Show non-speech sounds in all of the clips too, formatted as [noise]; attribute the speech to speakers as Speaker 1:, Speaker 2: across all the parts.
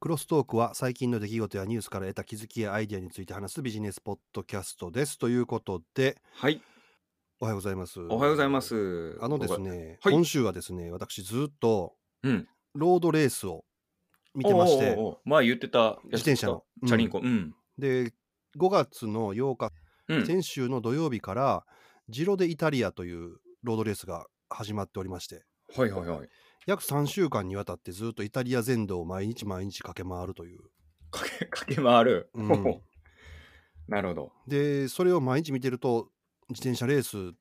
Speaker 1: クロストークは最近の出来事やニュースから得た気づきやアイデアについて話すビジネスポッドキャストですということで
Speaker 2: はい、
Speaker 1: おはようございます
Speaker 2: おはようございます
Speaker 1: あのですね、
Speaker 2: はい
Speaker 1: 今週はですね私ずっと
Speaker 2: うん
Speaker 1: ロードレースを見てまして
Speaker 2: おうおうおう前言ってたやつ
Speaker 1: 自転車のうん
Speaker 2: チャリンコうん
Speaker 1: で5月の8日、
Speaker 2: うん
Speaker 1: 先週の土曜日からジロでイタリアというロードレースが始まっておりまして
Speaker 2: はいはいはい
Speaker 1: 約3週間にわたってずっとイタリア全土を毎日毎日駆け回るという、
Speaker 2: かけ [laughs] 駆け回る、
Speaker 1: うん
Speaker 2: なるほど
Speaker 1: でそれを毎日見てると自転車レース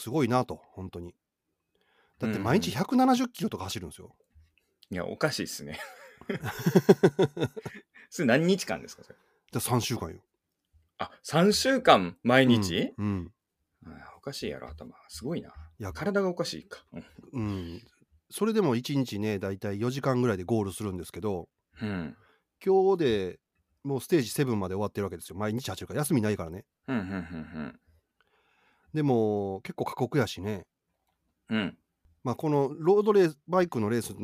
Speaker 1: すごいなと本当にだって毎日
Speaker 2: うん
Speaker 1: 170キロとか走るんですよ、
Speaker 2: いやおかしいっ
Speaker 1: [laughs]
Speaker 2: すねそれ何日間ですかそれ
Speaker 1: で3週間よ
Speaker 2: あ三3週間毎日、
Speaker 1: うん、うん
Speaker 2: あおかしいやろ頭すごいない
Speaker 1: や
Speaker 2: 体がおかしいかうん、
Speaker 1: うん、それでも1日ねだいたい4時間ぐらいでゴールするんですけど
Speaker 2: うん
Speaker 1: 今日でもうステージ7まで終わってるわけですよ毎日走るから休みないからね
Speaker 2: うんうん
Speaker 1: でも結構過酷やしね、
Speaker 2: うんうん
Speaker 1: まあ、このロードレースバイクのレース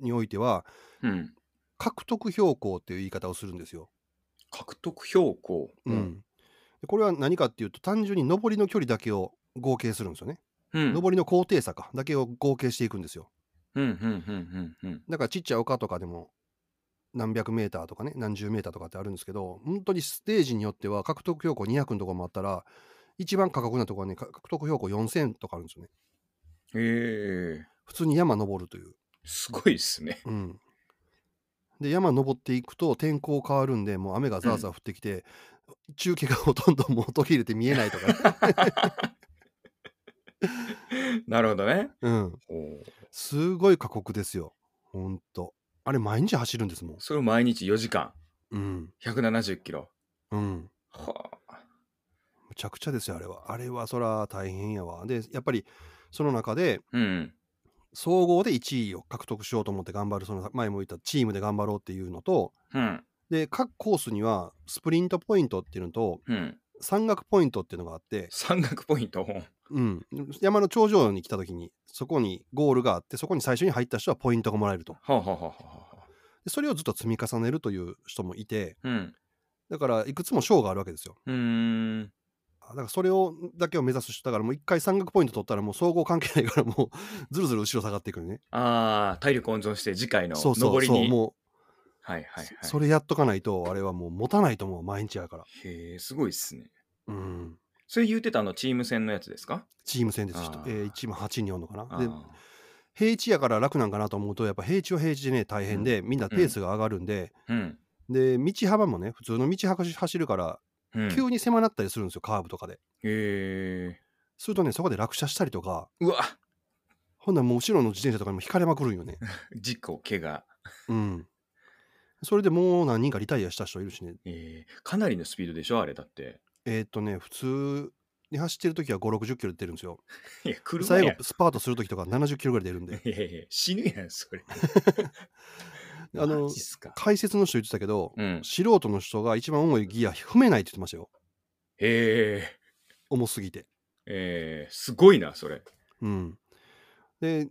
Speaker 1: においては
Speaker 2: うん
Speaker 1: 獲得標高っていう言い方をするんですよ、
Speaker 2: 獲得標高
Speaker 1: うんでこれは何かっていうと単純に上りの距離だけを合計するんですよね、
Speaker 2: うん
Speaker 1: 上りの高低差かだけを合計していくんですよ
Speaker 2: うんうんうんうんうん
Speaker 1: だからちっちゃい丘とかでも何百メーターとかね何十メーターとかってあるんですけど本当にステージによっては獲得標高200のところもあったら一番過酷なところはねか獲得標高4000とかあるんですよね
Speaker 2: ええ
Speaker 1: 普通に山登るという、
Speaker 2: すごいっすね。 [laughs]
Speaker 1: うん、で山登っていくと天候変わるんでもう雨がザーザー降ってきて、中継がほとんどもう途切れて見えない
Speaker 2: [laughs]
Speaker 1: とかね、
Speaker 2: なるほどね。
Speaker 1: うん、
Speaker 2: お
Speaker 1: すごい過酷ですよほんとあれ毎日走るんですもん
Speaker 2: それを毎日4時間、
Speaker 1: うん
Speaker 2: 170キロ。
Speaker 1: うん
Speaker 2: はあ。
Speaker 1: むちゃくちゃですよあれはあれはそら大変やわでやっぱりその中で
Speaker 2: うん。
Speaker 1: 総合で1位を獲得しようと思って頑張るその前も言ったチームで頑張ろうっていうのと
Speaker 2: うん。
Speaker 1: で各コースにはスプリントポイントっていうのと
Speaker 2: うん。
Speaker 1: 山岳ポイントっていうのがあって、
Speaker 2: 山岳ポイント。
Speaker 1: うん、山の頂上に来た時にそこにゴールがあってそこに最初に入った人はポイントがもらえると
Speaker 2: はあ、はあはあはあはあ、
Speaker 1: でそれをずっと積み重ねるという人もいて
Speaker 2: うん。
Speaker 1: だからいくつも賞があるわけですよ
Speaker 2: うーん。
Speaker 1: だからそれをだけを目指す人だからもう一回山岳ポイント取ったらもう総合関係ないからもうずるずる後ろ下がっていくのね
Speaker 2: ああ、体力温存して次回の
Speaker 1: そうそう
Speaker 2: 上り
Speaker 1: そう
Speaker 2: に。
Speaker 1: も、
Speaker 2: はいうはいはい。
Speaker 1: それやっとかないとあれはもう持たないと思う毎日やから
Speaker 2: へえ、すごいっすね。
Speaker 1: うん
Speaker 2: それ言うてたあのチーム戦のやつですか
Speaker 1: チーム戦です、
Speaker 2: あ
Speaker 1: 一
Speaker 2: ー
Speaker 1: えーチーム8人おんのか
Speaker 2: あ
Speaker 1: なで
Speaker 2: ー
Speaker 1: 平地やから楽なんかなと思うとやっぱ平地は平地でね大変で、みんなペースが上がるんで、
Speaker 2: うん。
Speaker 1: で道幅もね普通の道走走るから
Speaker 2: うん、へ
Speaker 1: 急に狭なったりするんですよ、カーブとかで。
Speaker 2: え。
Speaker 1: するとね、そこで落車したりとか、
Speaker 2: うわ
Speaker 1: ほんならもう後ろの自転車とかにも引かれまくるんよね。
Speaker 2: 事故、怪我。
Speaker 1: うん。それでもう何人かリタイアした人いるしね。
Speaker 2: ええかなりのスピードでしょあれだって。
Speaker 1: えーっとね、普通に走ってる時は5、60キロ出てるんですよ。
Speaker 2: いや、車
Speaker 1: 最
Speaker 2: やん
Speaker 1: 後、スパートする時とか70キロぐらい出るんで。
Speaker 2: いやいや死ぬやん、それ。
Speaker 1: [laughs] あの
Speaker 2: マジっすか。
Speaker 1: 解説の人言ってたけど、
Speaker 2: うん。
Speaker 1: 素人の人が一番重いギア踏めないって言ってましたよ。
Speaker 2: へえ、
Speaker 1: 重すぎて。
Speaker 2: えー、すごいな、それ。
Speaker 1: うん。で、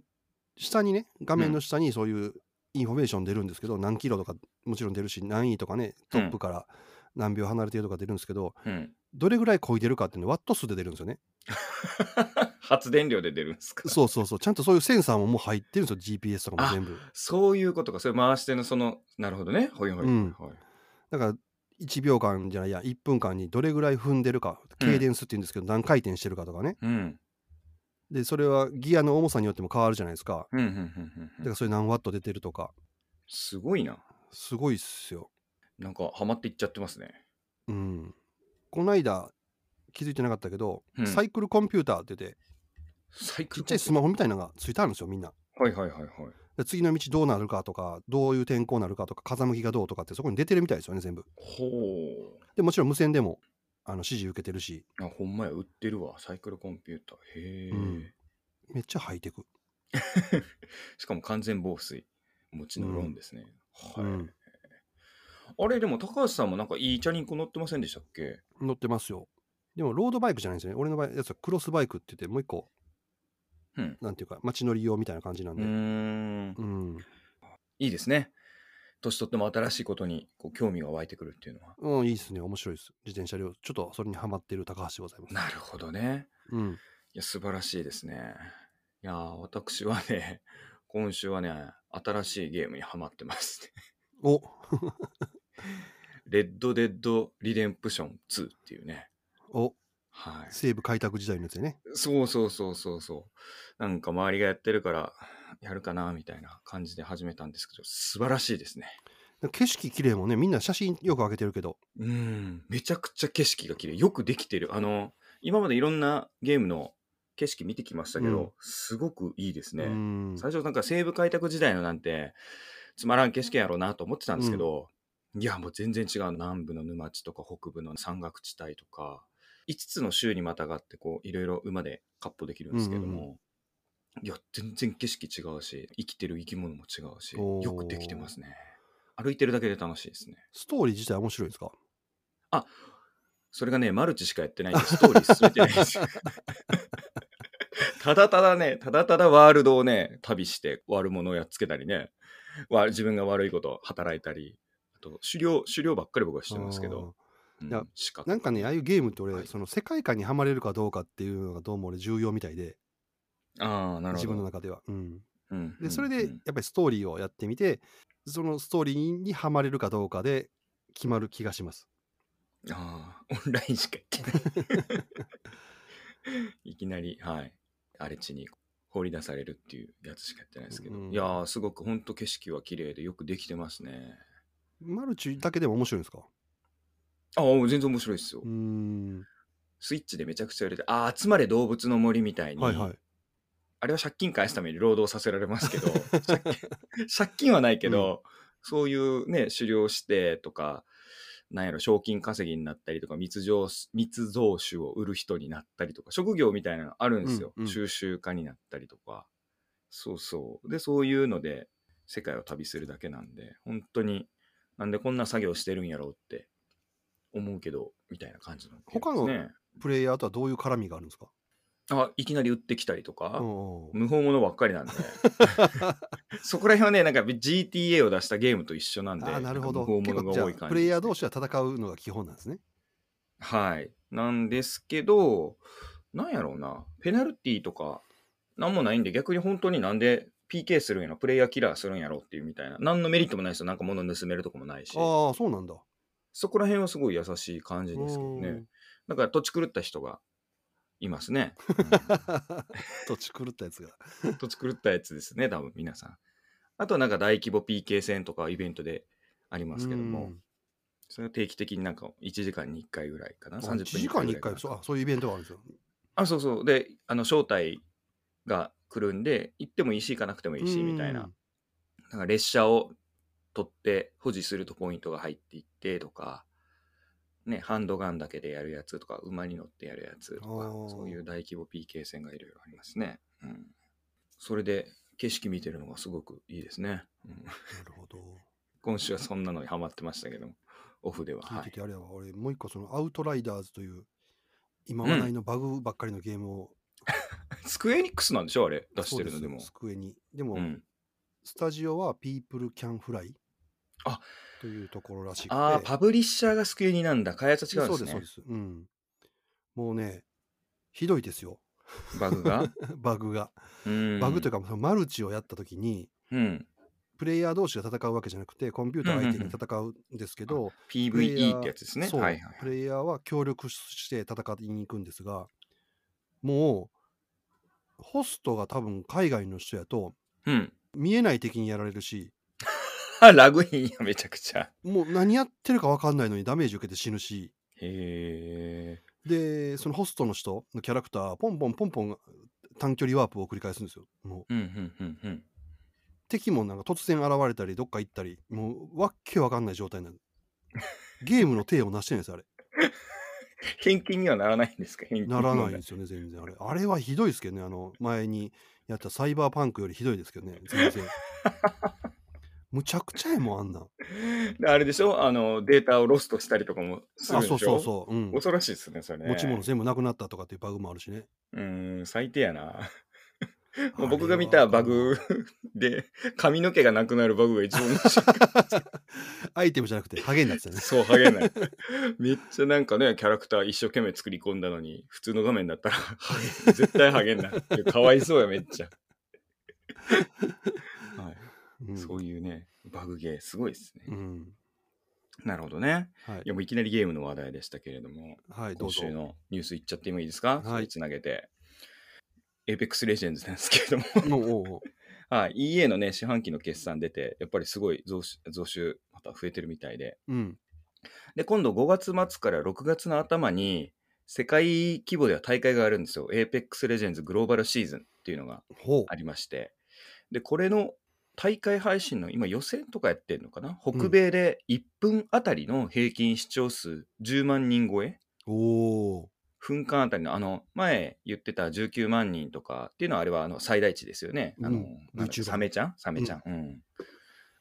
Speaker 1: 下にね、画面の下にそういうインフォメーション出るんですけど、何キロとかもちろん出るし、何位とかね、トップから何秒離れてるとか出るんですけど、
Speaker 2: うん。
Speaker 1: どれぐらい漕いでるかっていうのワット数で出るんですよね。
Speaker 2: [laughs] 発電量で出るんですか。
Speaker 1: そうそうそう、ちゃんとそういうセンサーももう入ってるんですよ、GPS とかも全部。
Speaker 2: そういうことか、それ回してのその、なるほどね。ほいほいほい。
Speaker 1: うん
Speaker 2: ほい
Speaker 1: だから、1秒間じゃないや、1分間にどれぐらい踏んでるか、ケイデンスっていうんですけど、何回転してるかとかね。
Speaker 2: うん。
Speaker 1: で、それはギアの重さによっても変わるじゃないですか。
Speaker 2: うん、うん、うん、
Speaker 1: だ
Speaker 2: う
Speaker 1: か
Speaker 2: ん
Speaker 1: ら、。それ何ワット出てるとか、
Speaker 2: すごいな。
Speaker 1: すごいっすよ。
Speaker 2: なんか、ハマっていっちゃってますね。
Speaker 1: うん、この間気づいてなかったけど、
Speaker 2: うん
Speaker 1: サイクルコンピューターって言って
Speaker 2: 最
Speaker 1: ちっ
Speaker 2: 近
Speaker 1: ちゃいスマホみたいなのがついてあるんですよみんな。
Speaker 2: はいはいはいはい。
Speaker 1: で次の道どうなるかとかどういう天候になるかとか風向きがどうとかってそこに出てるみたいですよね全部。
Speaker 2: ほ
Speaker 1: でもちろん無線でもあの指示受けてるし
Speaker 2: う。あ、ほんまや、売ってるわ。サイクルコンピューター。へえ、
Speaker 1: うんめっちゃハイテク。
Speaker 2: しかも完全防水。持ちのローンですね。
Speaker 1: う
Speaker 2: はい。
Speaker 1: ん
Speaker 2: あれ、でも高橋さんもなんかいいチャリンコ乗ってませんでしたっけ
Speaker 1: 乗ってますよ。でもロードバイクじゃないんですよね。俺の場合やつはクロスバイクって言ってもう一個
Speaker 2: うん。
Speaker 1: なんていうか街乗り用みたいな感じなん
Speaker 2: う
Speaker 1: で。
Speaker 2: ーん。
Speaker 1: うん、
Speaker 2: いいですね。年取っても新しいことにこう興味が湧いてくるっていうのは。
Speaker 1: うん、いいですね。面白いです。自転車両、ちょっとそれにハマっている高橋でございます。
Speaker 2: なるほどね。
Speaker 1: うん。
Speaker 2: いや、素晴らしいですね。いやー、私はね、 [laughs] 今週はね、新しいゲームにハマってます、
Speaker 1: お
Speaker 2: [laughs] レッド・デッド・リデンプション2っていうね。
Speaker 1: お
Speaker 2: はい。
Speaker 1: 西部開拓時代のやつやね。
Speaker 2: そうそうそうそうそう。なんか周りがやってるから、やるかな、みたいな感じで始めたんですけど、素晴らしいですね。
Speaker 1: なんか景色綺麗もんね、みんな写真よく上げてるけど。
Speaker 2: うん、めちゃくちゃ景色が綺麗。よくできてる。あの、今までいろんなゲームの景色見てきましたけど、
Speaker 1: うん
Speaker 2: すごくいいですね。
Speaker 1: うん。
Speaker 2: 最初なんか西部開拓時代のなんてつまらん景色やろうなと思ってたんですけど、いやもう全然違う南部の沼地とか北部の山岳地帯とか5つの州にまたがってこういろいろ馬でカッ歩できるんですけども、
Speaker 1: うんう
Speaker 2: いや全然景色違うし生きてる生き物も違うし
Speaker 1: おー
Speaker 2: よくできてますね歩いてるだけで楽しいですね
Speaker 1: ストーリー自体面白いですか
Speaker 2: それがねマルチしかやってないんでストーリー進めてない
Speaker 1: [laughs]
Speaker 2: んですよただただねただただワールドをね旅して悪者をやっつけたりねわ自分が悪いことを働いたりあと狩猟狩猟ばっかり僕はしてますけど、うん
Speaker 1: いや
Speaker 2: 鹿
Speaker 1: あーなんかね、ああいうゲームって俺、
Speaker 2: はい
Speaker 1: その世界観にはまれるかどうかっていうのがどうも俺重要みたいで、
Speaker 2: ああなるほど
Speaker 1: 自分の中では。うん。
Speaker 2: うん
Speaker 1: で、それで
Speaker 2: う
Speaker 1: や
Speaker 2: ん
Speaker 1: っぱりストーリーをやってみて、そのストーリーにはまれるかどうかで決まる気がします。
Speaker 2: ああオンラインしか行ってない
Speaker 1: [laughs]
Speaker 2: いきなりはい荒れ地に放り出されるっていうやつしかやってないですけど、
Speaker 1: うん
Speaker 2: いやーすごくほんと景色は綺麗でよくできてますね
Speaker 1: マルチだけでも面白いんですか
Speaker 2: ああ全然面白いですよ、
Speaker 1: うーん。
Speaker 2: スイッチでめちゃくちゃ売れてああ集まれ動物の森みたいに、
Speaker 1: はいはい。
Speaker 2: あれは借金返すために労働させられま
Speaker 1: [laughs]
Speaker 2: すけど借金借金はないけど、そういうね狩猟してとかなんやろ賞金稼ぎになったりとか密造密造酒を売る人になったりとか職業みたいなのあるんですよ、
Speaker 1: うんうん
Speaker 2: 収集家になったりとかそうそうでそういうので世界を旅するだけなんで本当になんでこんな作業してるんやろうって思うけどみたいな感じの、
Speaker 1: 他のプレイヤーとはどういう絡みがあるんですか
Speaker 2: あいきなり売ってきたりとか、
Speaker 1: うんうん
Speaker 2: 無法者ばっか
Speaker 1: [laughs]
Speaker 2: りなんでそこら辺はねなんか GTA を出したゲームと一緒なんで
Speaker 1: ああ、なるほど。
Speaker 2: んか無
Speaker 1: 結
Speaker 2: 法
Speaker 1: 構
Speaker 2: 者
Speaker 1: じ
Speaker 2: が
Speaker 1: ゃ
Speaker 2: 多い
Speaker 1: あ、
Speaker 2: 感じですね、
Speaker 1: プレイヤー同士は戦うのが基本なんですね。
Speaker 2: はいなんですけどなんやろうなペナルティーとかなんもないんで逆に本当になんで PK するんやろプレイヤーキラーするんやろっていうみたいな何のメリットもないですよなんか物盗めるとこもないし
Speaker 1: ああ、そうなんだ。
Speaker 2: そこら辺はすごい優しい感じ
Speaker 1: う
Speaker 2: ですけど
Speaker 1: ー
Speaker 2: ね
Speaker 1: ん [laughs]
Speaker 2: だから土地狂った人がいますね、
Speaker 1: 土地狂ったやつが。
Speaker 2: と作ったやつですね、多分皆さん。あとはなんか大規模 PK 戦とかイベントでありますけど
Speaker 1: う
Speaker 2: も
Speaker 1: ん、
Speaker 2: それは定期的になんか1時間に1回ぐらいかな、
Speaker 1: あ
Speaker 2: 30分
Speaker 1: 1時間に1
Speaker 2: ぐら
Speaker 1: 回
Speaker 2: いか
Speaker 1: そう
Speaker 2: な
Speaker 1: あ、そういうイベントがあるんですよ。
Speaker 2: あ、そうそう。で、あの招待が来るんで、行ってもいいし、行かなくてもいいし、みたいな。なんか列車を取って保持するとポイントが入っていってとか、ね、ハンドガンだけでやるやつとか、馬に乗ってやるやつとか
Speaker 1: お、ー
Speaker 2: そういう大規模 PK 戦がいろいろありますね。うん。それで景色見てるのがすごくいいですね。うん、
Speaker 1: なるほど。
Speaker 2: 今週はそんなのにハマってましたけども、オフでは。
Speaker 1: 聞
Speaker 2: はい
Speaker 1: て
Speaker 2: い。
Speaker 1: てあれやわ、俺、もう一個、そのアウトライダーズという、今話題のバグばっかりのゲームを
Speaker 2: スクエアエニックスなんでしょあれ、出してる
Speaker 1: そう
Speaker 2: の
Speaker 1: す
Speaker 2: でも。
Speaker 1: 机に。でも、
Speaker 2: うん。
Speaker 1: スタジオは People Can Fly
Speaker 2: あ
Speaker 1: というところらしくて。
Speaker 2: ああ、パブリッシャーがスクエニなんだ。開発は違うんで
Speaker 1: そ
Speaker 2: す
Speaker 1: う
Speaker 2: ね
Speaker 1: で。す、そうです。うん。もうね、ひどいですよ、 [laughs]
Speaker 2: バグが。
Speaker 1: バグが。
Speaker 2: うん
Speaker 1: バグというか、そのマルチをやったときに、
Speaker 2: うん。
Speaker 1: プレイヤー同士が戦うわけじゃなくて、コンピューター相手に戦うんですけど、プレイヤ
Speaker 2: PVE
Speaker 1: ー
Speaker 2: ってやつですね。
Speaker 1: そう、
Speaker 2: はいはい。
Speaker 1: プレイヤーは協力して戦いに行くんですが、もう、ホストが多分海外の人やと、
Speaker 2: うん。
Speaker 1: 見えない敵にやられるし、
Speaker 2: あ [laughs] ラグインや、めちゃくちゃ。
Speaker 1: もう何やってるか分かんないのにダメージ受けて死ぬし、
Speaker 2: へえ。
Speaker 1: で、そのホストの人のキャラクター、ポンポンポンポン短距離ワープを繰り返すんですよ。もう
Speaker 2: うんうんうんうん。
Speaker 1: 敵もなんか突然現れたり、どっか行ったり、もうわっけわかんない状態になる。ゲームの体を成してないんですよ、あれ。
Speaker 2: 返金にはならないんですか返 [laughs] 金
Speaker 1: ならないん
Speaker 2: 問題
Speaker 1: ですよね、全然。あれ、あれはひどいですけどね、あの、前にやったサイバーパンクよりひどいですけどね、全
Speaker 2: [laughs]
Speaker 1: 然。むちゃくちゃやもん、あんなん。
Speaker 2: であれでしょあの、データをロストしたりとかもする
Speaker 1: あ、
Speaker 2: んでし
Speaker 1: そ
Speaker 2: ょ
Speaker 1: うそうそう。うん。
Speaker 2: 恐ろしいですね、それね。
Speaker 1: 持ち物全部なくなったとかっていうバグもあるしね。
Speaker 2: うーん、最低やな。もう僕が見たバグで、髪の毛がなくなるバグが一番面白い。
Speaker 1: [laughs] アイテムじゃなくてハゲになってたね。
Speaker 2: そう、ハゲない。めっちゃなんかね、キャラクター一生懸命作り込んだのに、普通の画面だったら、ハゲ、絶対ハゲになるっていう。かわいそうや、め
Speaker 1: [laughs]
Speaker 2: っちゃ。はい、
Speaker 1: うん、
Speaker 2: [laughs] そういうね、バグゲー、すごいですね。
Speaker 1: うん。
Speaker 2: なるほどね。
Speaker 1: はい
Speaker 2: いや、もういきなりゲームの話題でしたけれども、
Speaker 1: はい、ど
Speaker 2: 今
Speaker 1: うぞ
Speaker 2: 週。のニュースいっちゃってもいいですか、
Speaker 1: はい
Speaker 2: つなげて。Apex Legends なんですけれども、
Speaker 1: [laughs] もうおうおう
Speaker 2: はい EA のね、四半期の決算出て、やっぱりすごい増収、増収また増えてるみたいで、
Speaker 1: うん。
Speaker 2: で、今度5月末から6月の頭に、世界規模では大会があるんですよ。Apex Legends グローバルシーズンっていうのが
Speaker 1: ほ
Speaker 2: ありまして。で、これの大会配信の今予選とかやってるのかな北米で1分あたりの平均視聴数10万人超え
Speaker 1: う。おお。
Speaker 2: 分間あたりの、あの、前言ってた19万人とかっていうのはあれはあの最大値ですよね。あの、
Speaker 1: うん
Speaker 2: なんだっけ
Speaker 1: VTuber
Speaker 2: サメちゃんサメちゃん。うん。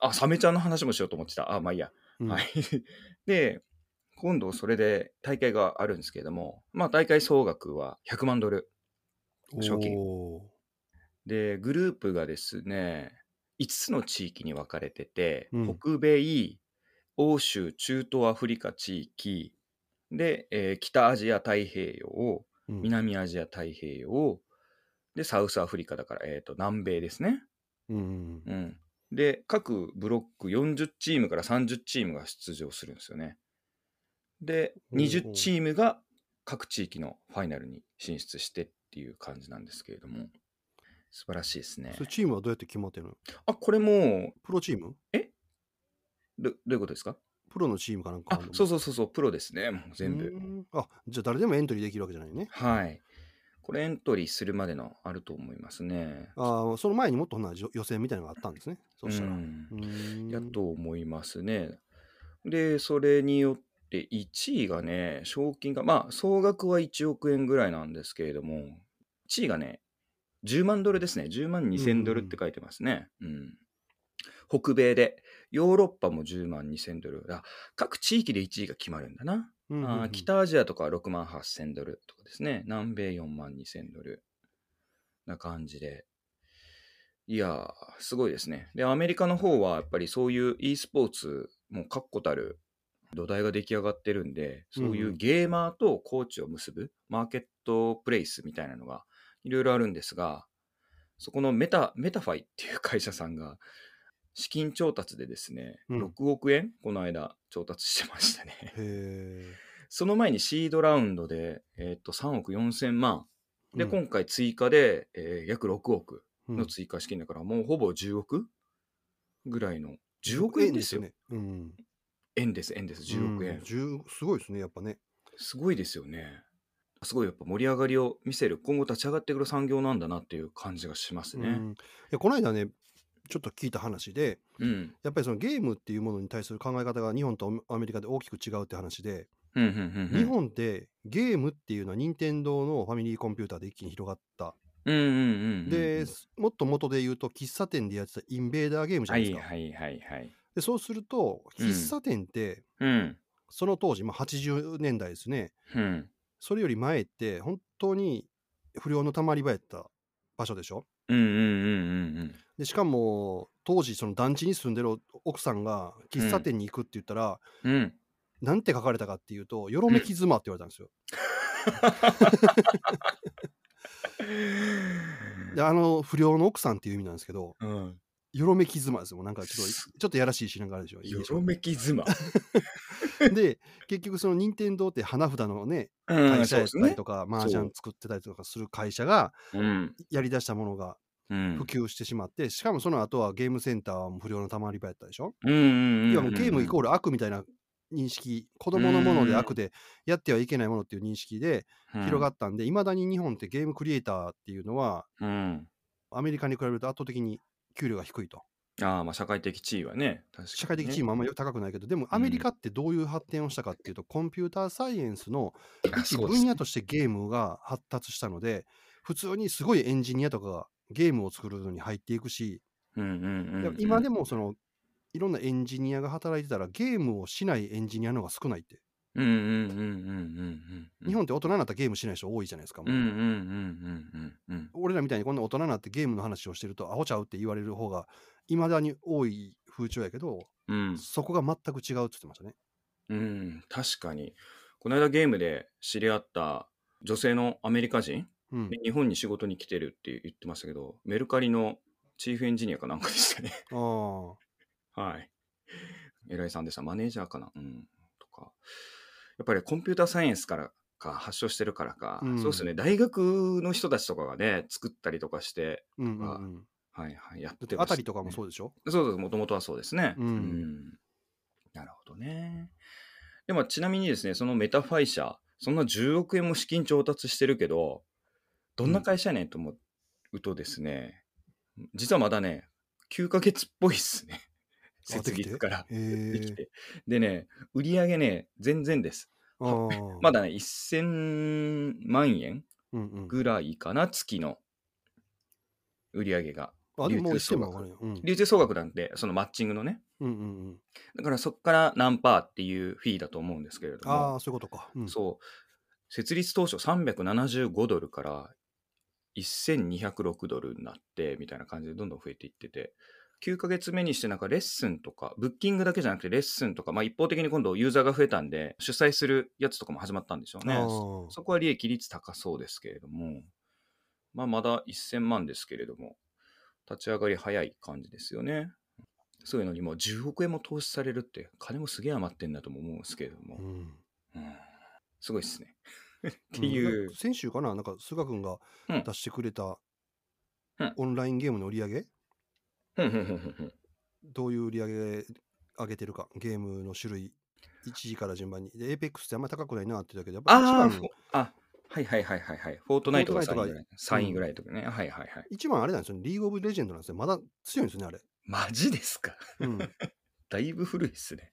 Speaker 2: あ、サメちゃんの話もしようと思ってた。あ、まあいいや。
Speaker 1: うん
Speaker 2: はい。 [laughs] で、今度それで大会があるんですけれども、まあ大会総額は100万ドル。賞金
Speaker 1: おー
Speaker 2: で、グループがですね、5つの地域に分かれてて、
Speaker 1: うん
Speaker 2: 北米、欧州、中東アフリカ地域、で、えー北アジア太平洋、
Speaker 1: うん
Speaker 2: 南アジア太平洋、で、サウスアフリカだから、えっ、と、南米ですね。
Speaker 1: うん。
Speaker 2: うん。で、各ブロック40チームから30チームが出場するんですよね。で、
Speaker 1: ほうほう
Speaker 2: 20チームが各地域のファイナルに進出してっていう感じなんですけれども、素晴らしいですね
Speaker 1: そ。れチームはどうやって決まってるの
Speaker 2: あ、これも
Speaker 1: プロチーム
Speaker 2: う、どどういうことですか
Speaker 1: プロのチームかなんか
Speaker 2: あ、そう
Speaker 1: う、
Speaker 2: そうそうそう、プロですね、もう全部。
Speaker 1: 部。あ、じゃあ誰でもエントリーできるわけじゃないね。
Speaker 2: はい。これエントリーするまでのあると思いますね。
Speaker 1: ああ、その前にもっとほんならじょ予選みたいなのがあったんですね。そしたら。
Speaker 2: う
Speaker 1: うんーん
Speaker 2: やと思いますね。で、それによって1位がね、賞金が、まあ、総額は1億円ぐらいなんですけれども、1位がね、10万ドルですね。10万2000ドルって書いてますね。うん、北米で、ヨーロッパも10万2000ドル。あ各地域で1位が決まるんだな。
Speaker 1: うんうんうん
Speaker 2: あー北アジアとかは6万8000ドルとかですね。南米4万2000ドル。な感じで。いやー、すごいですね。で、アメリカの方はやっぱりそういう e スポーツ、もう確固たる土台が出来上がってるんで、そういううんゲーマーとコーチを結ぶマーケットプレイスみたいなのがいろいろあるんですが、そこのメタ、メタファイっていう会社さんが、資金調達でですね、
Speaker 1: うん
Speaker 2: 6億円、この間調達してましたね。
Speaker 1: へ
Speaker 2: その前にシードラウンドで、えっと3億4千万。
Speaker 1: え。
Speaker 2: で、今回追加で、えー約6億
Speaker 1: 今
Speaker 2: の追加資金だから、もうほぼ10億ぐらいの。10億円ですよ。
Speaker 1: ね。うん。
Speaker 2: 円です、円です、10億
Speaker 1: う
Speaker 2: 円。
Speaker 1: ん10すごいですね、やっぱね。
Speaker 2: すごいですよね。すごいやっぱ盛り上がりを見せる、今後立ち上がってくる産業なんだなっていう感じがします
Speaker 1: う
Speaker 2: ね。
Speaker 1: んいやこの間ね、ちょっと聞いた話で、
Speaker 2: うん。うん、
Speaker 1: やっぱりそのゲームっていうものに対する考え方が日本とアメリカで大きく違うって話で、
Speaker 2: うん、うん。うん
Speaker 1: 日本ってゲームっていうのは任天堂のファミリーコンピューターで一気に広がった。
Speaker 2: うん、うんうんうん。
Speaker 1: で、もっと元で言うと喫茶店でやってたインベーダーゲームじゃ
Speaker 2: は
Speaker 1: ないで
Speaker 2: い
Speaker 1: すか。
Speaker 2: はいはいはい。
Speaker 1: でそうすると
Speaker 2: うん
Speaker 1: 喫茶店って、
Speaker 2: うん。
Speaker 1: その当時、まあ、80年代ですね
Speaker 2: うん。
Speaker 1: それより前って本当に不良のたまり場やった場所でしょ
Speaker 2: うんうんうんうんうん。
Speaker 1: でしかも当時その団地に住んでる奥さんが喫茶店に行くって言ったら、
Speaker 2: うん。
Speaker 1: なんて書かれたかっていうと「よろめき妻」って言われたんですよ。であの不良の奥さんっていう意味なんですけど
Speaker 2: うん、
Speaker 1: 「よろめき妻」ですよもうなんかちょっ
Speaker 2: す
Speaker 1: とちょっとやらしいしなんかあるでしょ。いい
Speaker 2: よ
Speaker 1: でしょ
Speaker 2: ろめき妻。
Speaker 1: で結局その任天堂って花札のね
Speaker 2: う
Speaker 1: 会社やっ
Speaker 2: す
Speaker 1: たり
Speaker 2: ね
Speaker 1: とか、麻雀作ってたりとかする会社が
Speaker 2: うん。
Speaker 1: やり出したものが
Speaker 2: うん。
Speaker 1: 普及してしまって、しかもその後はゲームセンターも不良のたまり場やったでしょ、
Speaker 2: うんうんうん。
Speaker 1: 要はもうゲームイコール悪みたいな認識子供のもので悪でやってはいけないものっていう認識で広が
Speaker 2: っ
Speaker 1: ったんでいま、未だに日本ってゲームクリエイターっていうのは
Speaker 2: うん。うん
Speaker 1: アメリカに比べると圧倒的に給料が低いと
Speaker 2: ああ、まあ社会的地位はね、確かにね、
Speaker 1: 社会的地位もあんまり高くないけど、でもアメリカってどういう発展をしたかっていうと、コンピューターサイエンスの
Speaker 2: あ
Speaker 1: 一
Speaker 2: そうです
Speaker 1: 分野としてゲームが発達したので普通にすごいエンジニアとかがゲームを作るのに入っていくし、
Speaker 2: うんうんうんうん。
Speaker 1: 今でもそのいろんなエンジニアが働いてたらゲームをしないエンジニアの方が少ないって
Speaker 2: うんうんうんうんうんうん。
Speaker 1: 日本って大人になったらゲームしない人多いじゃないですか。も
Speaker 2: う
Speaker 1: うん
Speaker 2: うんうんうんうん
Speaker 1: 俺らみたいにこんな大人になってゲームの話をしてるとアホちゃうって言われる方がいまだに多い風潮やけど、
Speaker 2: うん。うん
Speaker 1: そこが全く違うって言ってましたね。
Speaker 2: うん、確かに。この間ゲームで知り合った女性のアメリカ人、
Speaker 1: うん、
Speaker 2: 日本に仕事に来てるって言ってましたけど、メルカリのチーフエンジニアかなんかでしたね。
Speaker 1: あ
Speaker 2: はい。偉いさんでした。マネージャーかなうん。とか。やっぱりコンピューターサイエンスからか発症してるからか、
Speaker 1: うん
Speaker 2: そうですね。大学の人たちとかがね、作ったりとかして、
Speaker 1: あ、うんうんうん。
Speaker 2: はいはい、やっ
Speaker 1: だってて
Speaker 2: ま
Speaker 1: あ
Speaker 2: した
Speaker 1: た
Speaker 2: ね
Speaker 1: りとかもそうでしょ、
Speaker 2: そうです、もともとはそうですね。
Speaker 1: うん
Speaker 2: なるほどね。でもちなみにですね、そのメタファイ社、そんな10億円も資金調達してるけど、どんな会社やねんと思うとですね、実はまだね、9ヶ月っぽいっすね。
Speaker 1: あ
Speaker 2: [laughs] 設
Speaker 1: できて
Speaker 2: 立から。
Speaker 1: へ
Speaker 2: でき
Speaker 1: え。
Speaker 2: て。でね、売り上げね、全然です。
Speaker 1: あー
Speaker 2: まだね、1000万円
Speaker 1: うんうん、
Speaker 2: ぐらいかな、月の売り上げが。
Speaker 1: あでももう
Speaker 2: 流通
Speaker 1: 1000
Speaker 2: 総
Speaker 1: 万上
Speaker 2: 額
Speaker 1: がるよ。うん
Speaker 2: 流通総額なんて、そのマッチングのね、
Speaker 1: うんうんうん、
Speaker 2: だからそこから何パーっていうフィーだと思うんですけれど
Speaker 1: あ
Speaker 2: も、
Speaker 1: あ、そういうことか。うん、
Speaker 2: そう、設立当初375ドルから1206ドルになってみたいな感じでどんどん増えていってて、9ヶ月目にしてなんかレッスンとか、ブッキングだけじゃなくてレッスンとか、まあ一方的に今度ユーザーが増えたんで、主催するやつとかも始まったんでしょうね。
Speaker 1: あ
Speaker 2: そ
Speaker 1: ー
Speaker 2: そこは利益率高そうですけれども、まあまだ1000万ですけれども、立ち上がり早い感じですよね。そういうのにもう10億円も投資されるって、金もすげえ余ってんだとも思うんですけれども。
Speaker 1: うん
Speaker 2: うんすごいっすね。 [laughs] っていう
Speaker 1: なんか。先週かな、なんか、菅君が
Speaker 2: うん
Speaker 1: 出してくれた、
Speaker 2: うん
Speaker 1: オンラインゲームの売り上げ、
Speaker 2: ふんふんふんふんふん
Speaker 1: どういう売り上げ上げてるか、ゲームの種類、1位から順番に。で、エイペックスってあんまり高くないなって言ったけど、やっぱ
Speaker 2: あー
Speaker 1: 一
Speaker 2: フォ
Speaker 1: 番、
Speaker 2: あ、はいはいはいはいはい。フォートナイトが
Speaker 1: フォート
Speaker 2: 3
Speaker 1: ナ
Speaker 2: 位
Speaker 1: イトが
Speaker 2: ぐらい。3位ぐらいとかね。はいはいはい。
Speaker 1: 一番あれなんですよね、リーグオブレジェンドなんですよ。まだ強いんですよね、あれ。
Speaker 2: マジですか。 [laughs]
Speaker 1: うん、
Speaker 2: だいぶ古いっすね。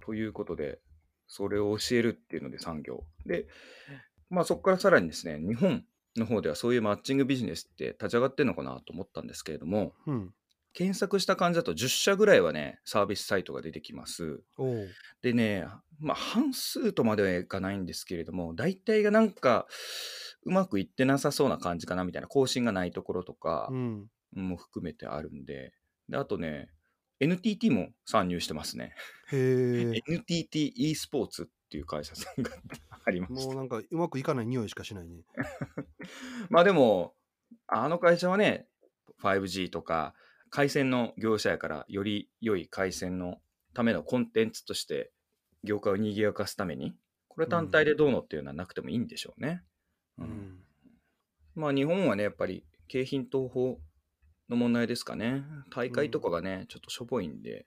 Speaker 2: ということで、それを教えるっていうので産業。で、まあそこからさらにですね、日本の方ではそういうマッチングビジネスって立ち上がってるのかなと思ったんですけれども、
Speaker 1: うん。
Speaker 2: 検索した感じだと10社ぐらいはね、サービスサイトが出てきます。
Speaker 1: おう
Speaker 2: でね、まあ、半数とまではいかないんですけれども、大体がなんか、うまくいってなさそうな感じかなみたいな、更新がないところとか
Speaker 1: うん。
Speaker 2: も含めてあるんで、であとね、NTT も参入してますね。
Speaker 1: へえ。
Speaker 2: NTT e スポーツっていう会社さんが [laughs] ありまし
Speaker 1: もう
Speaker 2: た。
Speaker 1: なんか、うまくいかない匂いしかしないね。
Speaker 2: まあでも、あの会社はね、5G とか、回線の業者やから、より良い回線のためのコンテンツとして、業界を賑やかすために、これ単体でどうのっていうのはなくてもいいんでしょうね。
Speaker 1: う
Speaker 2: うん
Speaker 1: ん。
Speaker 2: まあ日本はね、やっぱり景品等法の問題ですかね。大会とかがね、ちょっとしょぼいんで、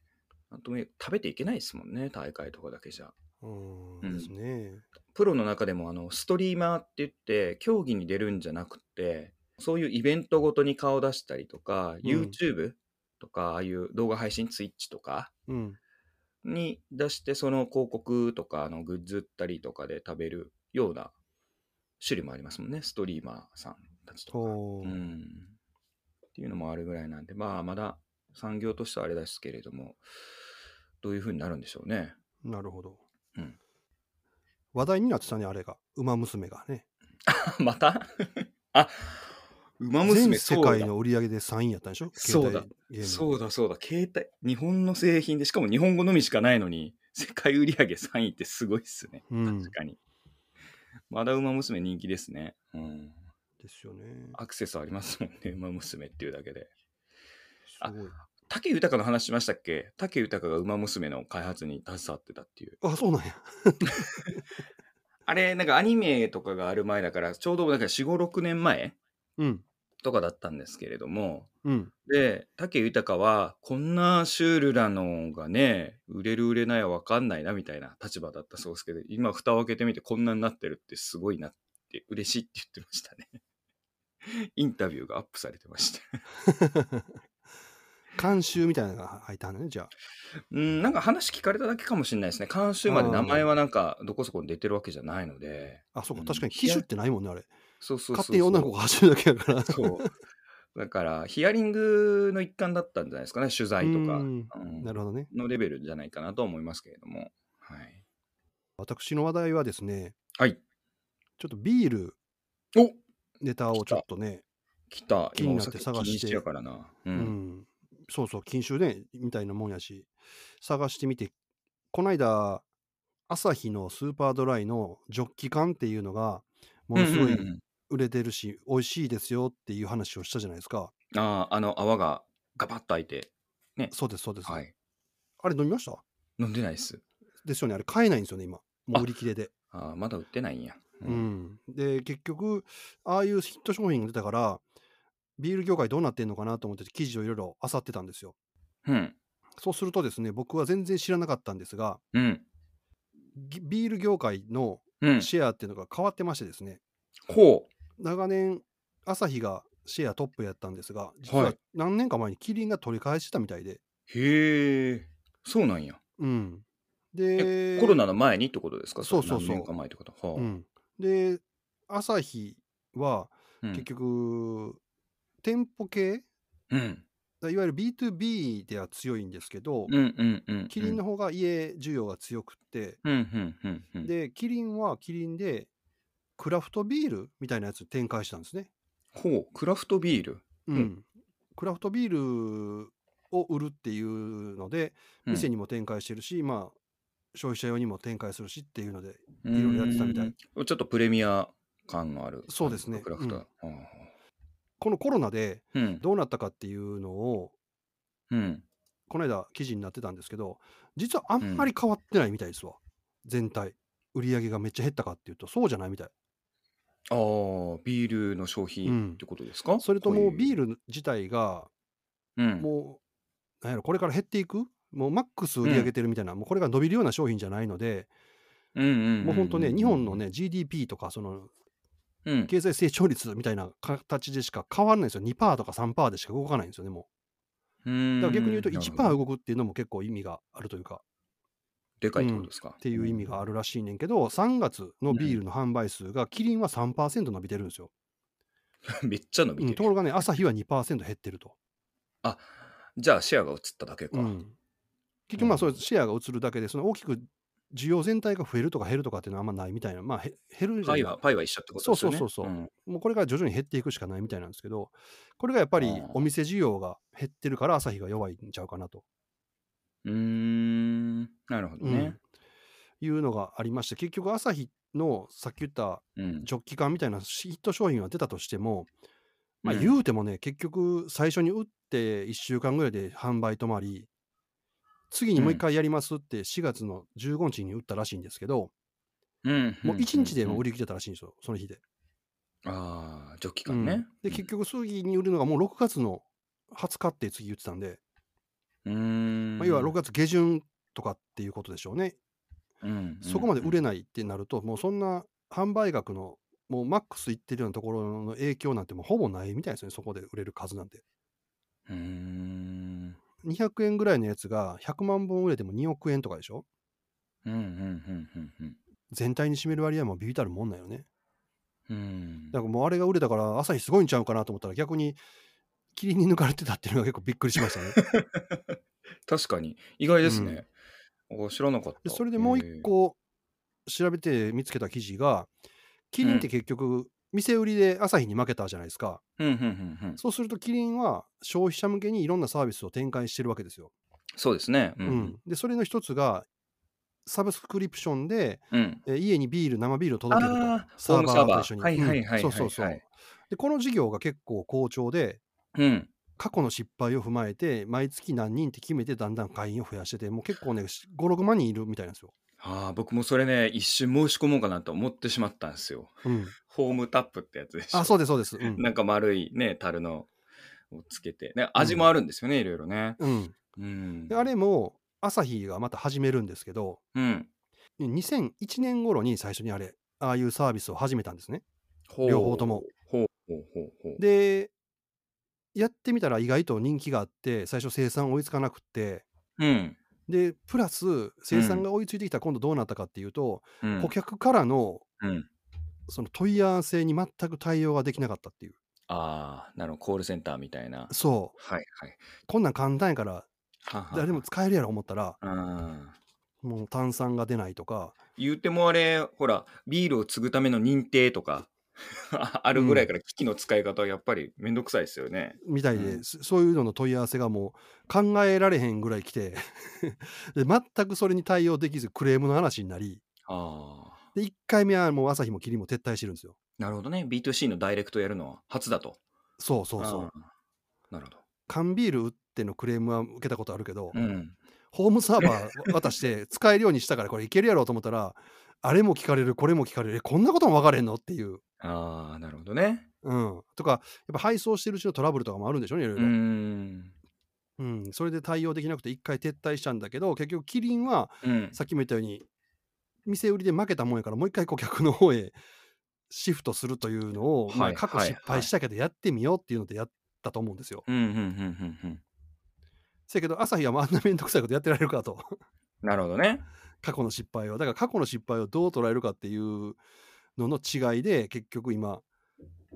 Speaker 2: なんとも言え食べていけないですもんね、大会とかだけじゃ。
Speaker 1: うん、
Speaker 2: うん
Speaker 1: ですね。
Speaker 2: プロの中でもあのストリーマーって言って競技に出るんじゃなくてそういうイベントごとに顔出したりとか、YouTube とかああいう動画配信 Twitch とか
Speaker 1: うん。
Speaker 2: に出してその広告とかあのグッズ売ったりとかで食べるような種類もありますもんねストリーマーさんたちとか。
Speaker 1: おう
Speaker 2: うんっていうのもあるぐらいなんでまあまだ産業としてはあれですけれどもどういうふうになるんでしょうね。 [laughs]
Speaker 1: なるほど。
Speaker 2: うん
Speaker 1: 話題になってたね、あれが。馬娘がね。
Speaker 2: また [laughs] あ馬娘
Speaker 1: 全世界の売り上げで3位やったんでしょ
Speaker 2: そうだ。
Speaker 1: 携帯ゲーム
Speaker 2: そうだそうだ、携帯、日本の製品で、しかも日本語のみしかないのに、世界売上3位ってすごいっすね。
Speaker 1: うん。
Speaker 2: 確かに。まだ馬娘人気ですね。うん。
Speaker 1: ですよね。
Speaker 2: アクセスありますもんね、馬娘っていうだけで。
Speaker 1: す
Speaker 2: あ
Speaker 1: ごい。
Speaker 2: 武豊の話しましたっけ武豊が馬娘の開発に携わってたっていう。
Speaker 1: あ、そうなんや。
Speaker 2: あれ、なんかアニメとかがある前だから、ちょうどなんか4、5、6年前
Speaker 1: うん。
Speaker 2: とかだったんですけれども、
Speaker 1: うん。
Speaker 2: で、武豊は、こんなシュールなのがね、売れる売れないは分かんないなみたいな立場だったそうですけど、今、蓋を開けてみてこんなになってるってすごいなって、嬉しいって言ってましたね。 [laughs] インタビューがアップされてました。
Speaker 1: 監修みたいなのが入ったんだね、じゃあ。
Speaker 2: うん、なんか話聞かれただけかもしれないですね。監修まで名前はなんか、どこそこに出てるわけじゃないので。
Speaker 1: あ、そう
Speaker 2: う
Speaker 1: か。
Speaker 2: ん
Speaker 1: 確かに機種ってないもんね、あれ。
Speaker 2: そうそうそう
Speaker 1: 勝
Speaker 2: そう。
Speaker 1: 手に女の子が走るだけやから。
Speaker 2: そう。だから、ヒアリングの一環だったんじゃないですかね、取材とか。
Speaker 1: うん
Speaker 2: うん
Speaker 1: なるほどね。
Speaker 2: のレベルじゃないかなとは思いますけれども。はい。
Speaker 1: 私の話題はですね、
Speaker 2: はい。
Speaker 1: ちょっとビール
Speaker 2: お
Speaker 1: ネタをちょっとね、
Speaker 2: 来た。
Speaker 1: 気になっ
Speaker 2: 今お酒
Speaker 1: て探して
Speaker 2: 禁止やからな。う。
Speaker 1: うんん、そうそう、禁酒ね、みたいなもんやし、探してみて、こないだ、朝日のスーパードライのジョッキ缶っていうのが、ものすご
Speaker 2: うん
Speaker 1: い
Speaker 2: うんうん
Speaker 1: 売れてるし、美味しいですよっていう話をしたじゃないですか。
Speaker 2: ああ、あの泡がガバッと開いて。
Speaker 1: そうです、そうです。
Speaker 2: はい。
Speaker 1: あれ飲みました
Speaker 2: 飲んでないっす。
Speaker 1: ですよね、あれ買えないんですよね、今。もう売り切れで。
Speaker 2: ああ、まだ売ってないんや。
Speaker 1: う。ん、で、結局、ああいうヒット商品が出たから、ビール業界どうなってんのかなと思って記事をいろいろ漁ってたんですよ。
Speaker 2: うん。
Speaker 1: そうするとですね、僕は全然知らなかったんですが、
Speaker 2: うん。
Speaker 1: ぎビール業界の
Speaker 2: うん。
Speaker 1: シェアっていうのが変わってましてですね、
Speaker 2: ほう。
Speaker 1: 長年、朝日がシェアトップやったんですが、実は
Speaker 2: は
Speaker 1: は何年か前にキリンが取り返してたみたいで、
Speaker 2: へえ。そうなんや。
Speaker 1: うん。で、
Speaker 2: コロナの前にってことですか
Speaker 1: そうそうそう
Speaker 2: 何年か前ってこと。はあ
Speaker 1: うん。で、朝日は
Speaker 2: うん
Speaker 1: 結局、店舗系、
Speaker 2: うん。
Speaker 1: いわゆる B2B では強いんですけど、
Speaker 2: うんうんうんうん。
Speaker 1: キリンの方が家需要が強くって、
Speaker 2: うんうんうんうん。
Speaker 1: で、キリンはキリンで、クラフトビールみたいなやつ展開したんですね。
Speaker 2: ほう、クラフトビール。
Speaker 1: うんん。クラフトビールを売るっていうので、
Speaker 2: うん
Speaker 1: 店にも展開してるし、まあ、消費者用にも展開するしっていうので、
Speaker 2: い
Speaker 1: いろいろやってたみたい。
Speaker 2: ちょっとプレミア感のある。
Speaker 1: そうですね
Speaker 2: クラフト。ああ
Speaker 1: このコロナで
Speaker 2: うん。
Speaker 1: どうなったかっていうのを、
Speaker 2: うん。
Speaker 1: この間記事になってたんですけど、実はあんまり変わってないみたいですわ。全体。売り上げがめっちゃ減ったかっていうと、そうじゃないみたい。
Speaker 2: ああ、ビールの消費
Speaker 1: うん
Speaker 2: ってことですか、
Speaker 1: それともビー
Speaker 2: ル、
Speaker 1: ル自体が
Speaker 2: うん、
Speaker 1: もう、なんやろ、これから減っていく、もうマックス売り上げてるみたいな、もうこれが伸びるような商品じゃないので、
Speaker 2: うんうんんん
Speaker 1: もう本当ね、日本の、ね、GDP とか、その
Speaker 2: うん、
Speaker 1: 経済成長率みたいな形でしか変わらないんですよ、2%とか3%でしか動かないんですよね、もう。だから逆に言うと、1%
Speaker 2: ー
Speaker 1: 動くっていうのも結構意味があるというか、
Speaker 2: でかいってことですか、
Speaker 1: っていう意味があるらしいねんけど、3月のビールの販売数が、キリンは3%伸びてるんですよ。
Speaker 2: うん [laughs] めっちゃ伸
Speaker 1: う
Speaker 2: び
Speaker 1: ん
Speaker 2: て
Speaker 1: とこ
Speaker 2: る、
Speaker 1: ろがね、朝日は2%減ってると。
Speaker 2: あじゃあシェアが移っただけか、
Speaker 1: うん結局まあ
Speaker 2: うん
Speaker 1: そういうシェアが移るだけでその大きく需要全体が増えるとか減るとかっていうのはあんまないみたいなまあへ減るじゃ
Speaker 2: パ
Speaker 1: な
Speaker 2: イ
Speaker 1: い
Speaker 2: はパイは一緒ってことですよね
Speaker 1: そうそうそうそ
Speaker 2: ん
Speaker 1: もうこれが徐々に減っていくしかないみたいなんですけどこれがやっぱり
Speaker 2: あー
Speaker 1: お店需要が減ってるから朝日が弱いんちゃうかなと、
Speaker 2: うーんなるほどね、
Speaker 1: うんいうのがありまして結局朝日のさっき言った
Speaker 2: うん
Speaker 1: ジョッキ缶みたいなヒット商品は出たとしても、まあ、
Speaker 2: うん
Speaker 1: 言うてもね、結局最初に打って1週間ぐらいで販売止まり次にもう一回やりますって4月の15日に打ったらしいんですけど、
Speaker 2: うん
Speaker 1: もう1日でもう売
Speaker 2: り、
Speaker 1: り切れたらしいんですよ、その日で。
Speaker 2: ああジョッキ
Speaker 1: う
Speaker 2: 感
Speaker 1: ん
Speaker 2: ね、
Speaker 1: で、結局、次に売るのがもう6月の20日って次言ってたんで、
Speaker 2: うーん
Speaker 1: まあ、要は6月下旬とかっていうことでしょうね。そこまで売
Speaker 2: れ
Speaker 1: れないってなると、もうそんな販売額の、もうマックスいってるようなところの影響なんてもうほぼないみたいですね、そこで売れる数なんて。
Speaker 2: うーん
Speaker 1: 200円ぐらいのやつが100万本売れても2億円とかでしょ
Speaker 2: うんうんうんうんうん
Speaker 1: 全体に占める割合もビビたるもんなんよね。
Speaker 2: うん
Speaker 1: だからもうあれが売れたから朝日すごいんちゃうかなと思ったら逆に霧に抜かれてたっていうのが結構びっくりしましたね。
Speaker 2: 確かに意外ですね、お知らなかっ
Speaker 1: で
Speaker 2: [laughs] た
Speaker 1: それでもう一個調べて見つけた記事が、キリンって結局、店売りで朝日に負けたじゃないですか。
Speaker 2: へーうんうんうんうん
Speaker 1: そうすると、キリンは消費者向けにいろんなサービスを展開してるわけですよ。
Speaker 2: そうですねう
Speaker 1: うんんで、それの一つが、サブスクリプションで、
Speaker 2: うん、うん
Speaker 1: えー家にビール、生ビールを届けると
Speaker 2: あー。
Speaker 1: サーバー
Speaker 2: ホー
Speaker 1: と
Speaker 2: ム
Speaker 1: 一緒
Speaker 2: サー
Speaker 1: に。
Speaker 2: バーはいは
Speaker 1: う
Speaker 2: いはい
Speaker 1: ん
Speaker 2: はい
Speaker 1: そうそうそ
Speaker 2: は
Speaker 1: う
Speaker 2: い。
Speaker 1: で、この事業が結構好調で、
Speaker 2: うん
Speaker 1: 過去の失敗を踏まえて、毎月何人って決めて、だんだん会員を増やしてて、もう結構ね、5、6万人いるみたいなんですよ。
Speaker 2: ああ僕もそれね一瞬申し込もうかなと思ってしまったんですよ [laughs]
Speaker 1: うん、
Speaker 2: ホームタップってやつでしょ
Speaker 1: あ、そうです、そうです。うん
Speaker 2: なんか丸いね樽のをつけて、ね、味もあるんですよね、いろいろね、
Speaker 1: うん
Speaker 2: うん、
Speaker 1: であれも朝日がまた始めるんですけど
Speaker 2: うん
Speaker 1: 2001年頃に最初にあれああいうサービスを始めたんですね
Speaker 2: ほう
Speaker 1: 両方とも
Speaker 2: ほうほうほうほう
Speaker 1: でやってみたら意外と人気があって最初生産追いつかなくって
Speaker 2: うん
Speaker 1: でプラス生産が追いついてきたら今度どうなったかっていうと、
Speaker 2: うん
Speaker 1: 顧客からの
Speaker 2: うん
Speaker 1: その問い合わせに全く対応ができなかったっていう
Speaker 2: ああなるほどコールセンターみたいな
Speaker 1: そう
Speaker 2: はいはい
Speaker 1: こんなん簡単やから
Speaker 2: はは
Speaker 1: 誰でも使えるやろ思ったら
Speaker 2: あ
Speaker 1: もう炭酸が出ないとか、
Speaker 2: 言うてもあれ、ほら、ビールを継ぐための認定とか、 [laughs] あるぐらいから機器の使い方はやっぱりめんどくさいですよね。
Speaker 1: みたいで、
Speaker 2: うん
Speaker 1: そそういうのの問い合わせがもう考えられへんぐらい来て [laughs] で全くそれに対応できずクレームの話になり
Speaker 2: ああ。
Speaker 1: で1回目はもう朝日も霧も撤退してるんですよ
Speaker 2: なるほどね。B2C のダイレクトやるのは初だと。
Speaker 1: そうそうそう、
Speaker 2: ん。なるほど。
Speaker 1: 缶ビール売ってのクレームは受けたことあるけど、
Speaker 2: うん。
Speaker 1: ホームサーバー渡して使えるようにしたからこれいけるやろうと思ったらあれも聞かれるこれも聞かれるえこんなことも分かれんのっていう、
Speaker 2: ああ、なるほどね。
Speaker 1: うん、とかやっぱ配送してるうちのトラブルとかもあるんでしょうねいろいうろ、
Speaker 2: ーん。
Speaker 1: うん、それで対応できなくて一回撤退したんだけど結局キリンは
Speaker 2: うん。
Speaker 1: さっきも言ったように店売りで負けたもんやからもう一回顧客の方へシフトするというのを、まあ、
Speaker 2: はい
Speaker 1: 過去
Speaker 2: はい
Speaker 1: 失敗したけどやってみようっていうのでやったと思うんですよ。
Speaker 2: うんうんうんうんうん。
Speaker 1: せやけど朝日はもうあんな面倒くさいことやってられるかと
Speaker 2: なるほどね。
Speaker 1: 過去の失敗をだから過去の失敗をどう捉えるかっていうのの違いで結局今、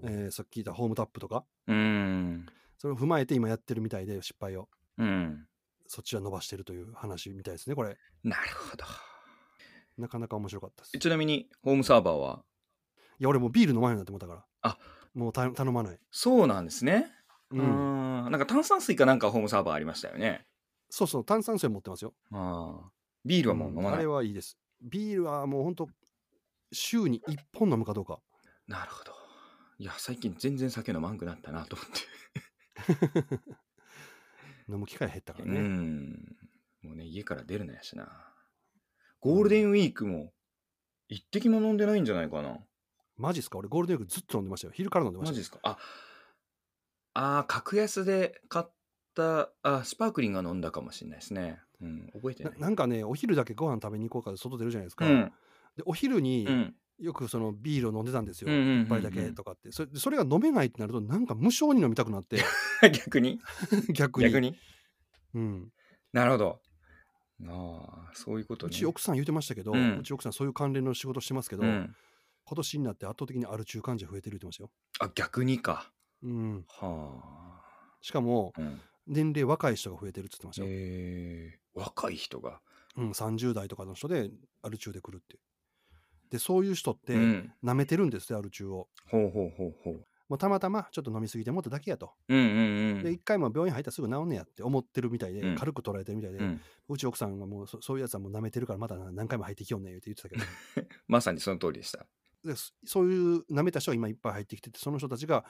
Speaker 1: えーさっき聞いたホームタップとか
Speaker 2: うーん。
Speaker 1: それを踏まえて今やってるみたいで失敗を
Speaker 2: うん。
Speaker 1: そっちは伸ばしてるという話みたいですねこれ
Speaker 2: なるほど。
Speaker 1: なかなか面白かったです。
Speaker 2: ちなみに、ホームサーバーはい
Speaker 1: や俺もうビール飲まないなって思ったから
Speaker 2: あ
Speaker 1: もうた頼まない。
Speaker 2: そうなんですね。う
Speaker 1: うん
Speaker 2: ーん。なんか炭酸水かなんかホームサーバーありましたよね。
Speaker 1: そうそう炭酸水持ってますよ。
Speaker 2: ああ。ビールはもう飲ま
Speaker 1: あ
Speaker 2: な
Speaker 1: れ
Speaker 2: い。
Speaker 1: はいいです。ビールはもう本当週に1本飲むかどうか。
Speaker 2: なるほど。いや、最近全然酒飲まんくなったなと思って。
Speaker 1: 飲む機会減ったから
Speaker 2: う
Speaker 1: ね。
Speaker 2: ん。もうね、家から出るのやしな。ゴールデンウィークも、一滴も飲んでないんじゃないかな。
Speaker 1: マジっすか俺ゴールデンウィークずっと飲んでましたよ。昼から飲んでま
Speaker 2: マ
Speaker 1: し
Speaker 2: ジ
Speaker 1: た
Speaker 2: で
Speaker 1: よ。
Speaker 2: すかあ、あー格安で買った、あ、スパークリングは飲んだかもしれないですね。うん、覚えてな。
Speaker 1: ないなんかね、お昼だけご飯食べに行こうから外出るじゃないですか。
Speaker 2: うん、
Speaker 1: で、お昼に
Speaker 2: うん。
Speaker 1: よくそのビールを飲んでたんですよ。
Speaker 2: うんうんうんうん
Speaker 1: 一杯だけとかってそれ。それが飲めないってなると、なんか無性に飲みたくなって、
Speaker 2: [laughs] 逆に
Speaker 1: 逆に。
Speaker 2: 逆に
Speaker 1: うん。
Speaker 2: なるほど。ああ、そういうこと
Speaker 1: う
Speaker 2: ね。
Speaker 1: ち奥さん言ってましたけど、
Speaker 2: うん
Speaker 1: うち奥さんそういう関連の仕事してますけど、
Speaker 2: うん、
Speaker 1: 今年になって圧倒的にある中患者増えてるって言ってましたよ。
Speaker 2: あ、逆にか。
Speaker 1: うん。
Speaker 2: は
Speaker 1: しかも、
Speaker 2: あ。うん、
Speaker 1: 年齢若い人が増えてるって言ってましたよ。
Speaker 2: えー、若い人が。
Speaker 1: うん、30代とかの人でアル中で来るって。で、そういう人って
Speaker 2: うん。
Speaker 1: 舐めてるんですって、アル中を。
Speaker 2: ほうほうほうほう。
Speaker 1: もうたまたまちょっと飲みすぎてもっただけやと。
Speaker 2: うんうんうん。
Speaker 1: で、一回も病院入ったらすぐ治んねやって思ってるみたいで、
Speaker 2: うん
Speaker 1: 軽く捉えてるみたいで、
Speaker 2: う、
Speaker 1: うんち奥さんがもうそそういうやつはもう舐めてるからまだ何回も入ってきよんねんって言ってたけど
Speaker 2: まさにその通りでした。
Speaker 1: で、そそういう舐めた人が今いっぱい入ってきてて、その人たちが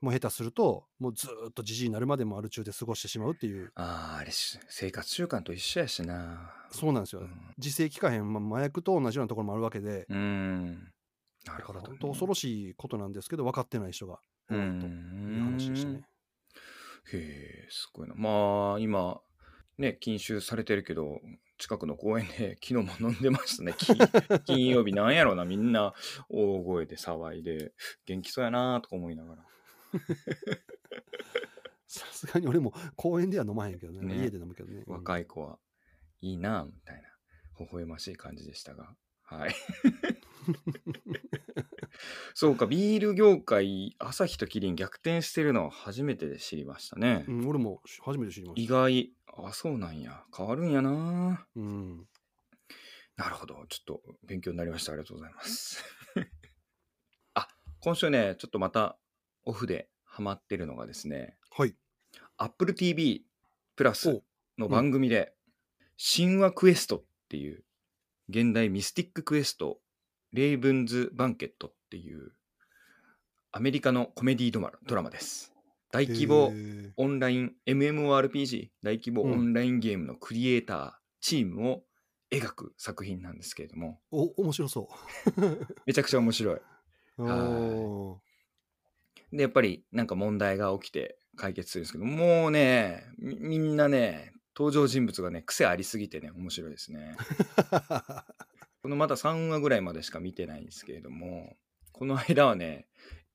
Speaker 1: もう下手すると、もうずーっとじじいになるまでもアル中で過ごしてしまうっていう、
Speaker 2: ああ、あれし、生活習慣と一緒やしな。
Speaker 1: そうなんですよ。自制期間へん、ま麻薬と同じようなところもあるわけで、
Speaker 2: うん。うん。な
Speaker 1: だ
Speaker 2: る
Speaker 1: か
Speaker 2: ほ
Speaker 1: ら
Speaker 2: ど、
Speaker 1: 本当恐ろしいことなんですけど、分かってない人が多いと。
Speaker 2: と
Speaker 1: いう話でしたね。。
Speaker 2: へえ、すごいな。まあ、今、ね、禁酒されてるけど、近くの公園で [laughs] 昨日も飲んでましたね。
Speaker 1: [laughs]
Speaker 2: 金金曜日、なんやろな、みんな大声で騒いで、元気そうやなとか思いながら。
Speaker 1: さすがに俺も公園では飲まへんけどね。
Speaker 2: ね
Speaker 1: 家で飲むけどね。うん
Speaker 2: 若い子はいいなあみたいな微笑ましい感じでしたがはい
Speaker 1: [laughs]
Speaker 2: そうかビール業界朝日とキリン逆転してるのは初めてで知りましたね、
Speaker 1: うん、俺も初めて知りまし
Speaker 2: 意
Speaker 1: た。
Speaker 2: 外あそうなんや変わるんやな
Speaker 1: うん、
Speaker 2: なるほどちょっと勉強になりましたありがとうございます
Speaker 1: [laughs]
Speaker 2: あ今週ねちょっとまたオフでハマってるのがですね
Speaker 1: はい。
Speaker 2: Apple TV プラス
Speaker 1: お
Speaker 2: の番組で、神話クエストっていう、現代ミスティッククエスト、レイブンズ・バンケットっていう、アメリカのコメディドマドラマです。大規
Speaker 1: へ
Speaker 2: 模
Speaker 1: ー
Speaker 2: オンライン MMORPG、大規模
Speaker 1: うん
Speaker 2: オンラインゲームのクリエイター、チームを描く作品なんですけれども、
Speaker 1: お、面白そ
Speaker 2: めちゃくちゃ面白い。
Speaker 1: う。
Speaker 2: はい
Speaker 1: おー
Speaker 2: で、やっぱりなんか問題が起きて解決するんですけど、もうね、みみんなね、登場人物がね、癖ありすぎてね、面白いです
Speaker 1: [laughs]
Speaker 2: ね。このまだ3話ぐらいまでしか見てないんですけれども、この間はね、